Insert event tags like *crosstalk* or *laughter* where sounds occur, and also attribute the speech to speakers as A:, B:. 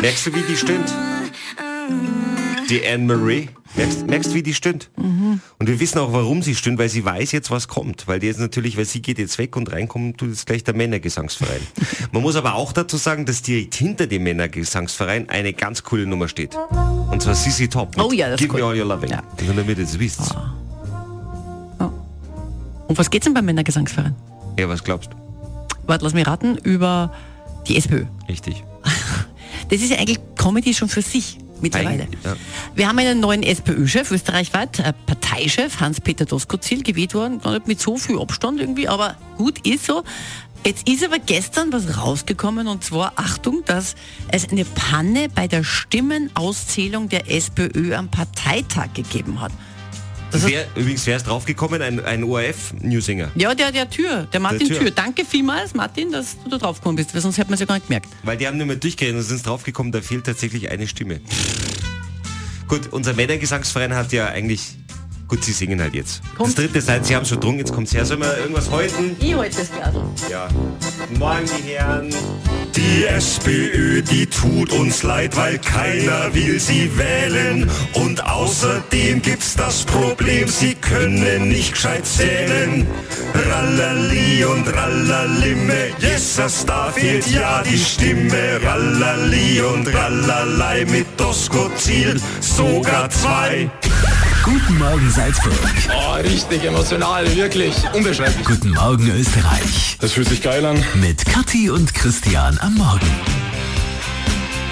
A: Merkst du, wie die stimmt? Die Anne-Marie. Merkst, merkst, wie die stimmt?
B: Mhm.
A: Und wir wissen auch, warum sie stimmt, weil sie weiß jetzt, was kommt. Weil die jetzt natürlich, weil sie geht jetzt weg und reinkommen, tut jetzt gleich der
B: *laughs*
A: Männergesangsverein. Man muss aber auch dazu sagen, dass direkt hinter dem Männergesangsverein eine ganz coole Nummer steht. Und zwar Sissy Top. mit
B: Oh ja, das ist
A: Give
B: cool.
A: me all your loving.
B: Ja. Ah.
A: Nur damit ihr das wisst.
B: Um was geht's denn beim Männergesangsverein?
A: Ja, was glaubst du?
B: Warte, lass mich raten, über die SPÖ.
A: Richtig.
B: Das ist ja eigentlich Comedy schon für sich mittlerweile.
A: Eigentlich, ja.
B: Wir haben einen neuen SPÖ-Chef österreichweit, äh, Parteichef Hans-Peter Doskozil, gewählt worden, gar nicht mit so viel Abstand irgendwie, aber gut ist so. Jetzt ist aber gestern was rausgekommen und zwar, Achtung, dass es eine Panne bei der Stimmenauszählung der SPÖ am Parteitag gegeben hat. Das
A: Wer, übrigens, wer ist draufgekommen? Ein, ein ORF-Newsinger.
B: Ja, der, der Tür, der Martin
A: Tür.
B: Tür. Danke vielmals, Martin, dass du da drauf gekommen bist, weil sonst hätte man es ja gar nicht gemerkt.
A: Weil die haben nicht mehr durchgeredet und sind draufgekommen, da fehlt tatsächlich eine Stimme. Gut, unser Männergesangsverein hat ja eigentlich... Gut, sie singen halt jetzt. Das
B: Kommt.
A: dritte Seid, sie haben schon drungen, jetzt kommt's her. Sollen wir irgendwas häuten?
B: Ich heute das Glas.
A: Ja. Guten Morgen, die Herren. Die SPÖ, die tut uns leid, weil keiner will sie wählen. Und außerdem gibt's das Problem, sie können nicht gescheit zählen. Rallali und Rallalimme, yes, das da fehlt ja die Stimme. Rallali und Rallalei mit Doskozil, sogar zwei.
C: Guten Morgen Salzburg.
D: Oh, richtig emotional, wirklich. Unbeschreiblich.
C: Guten Morgen Österreich.
D: Das fühlt sich geil an.
C: Mit Kathi und Christian am Morgen.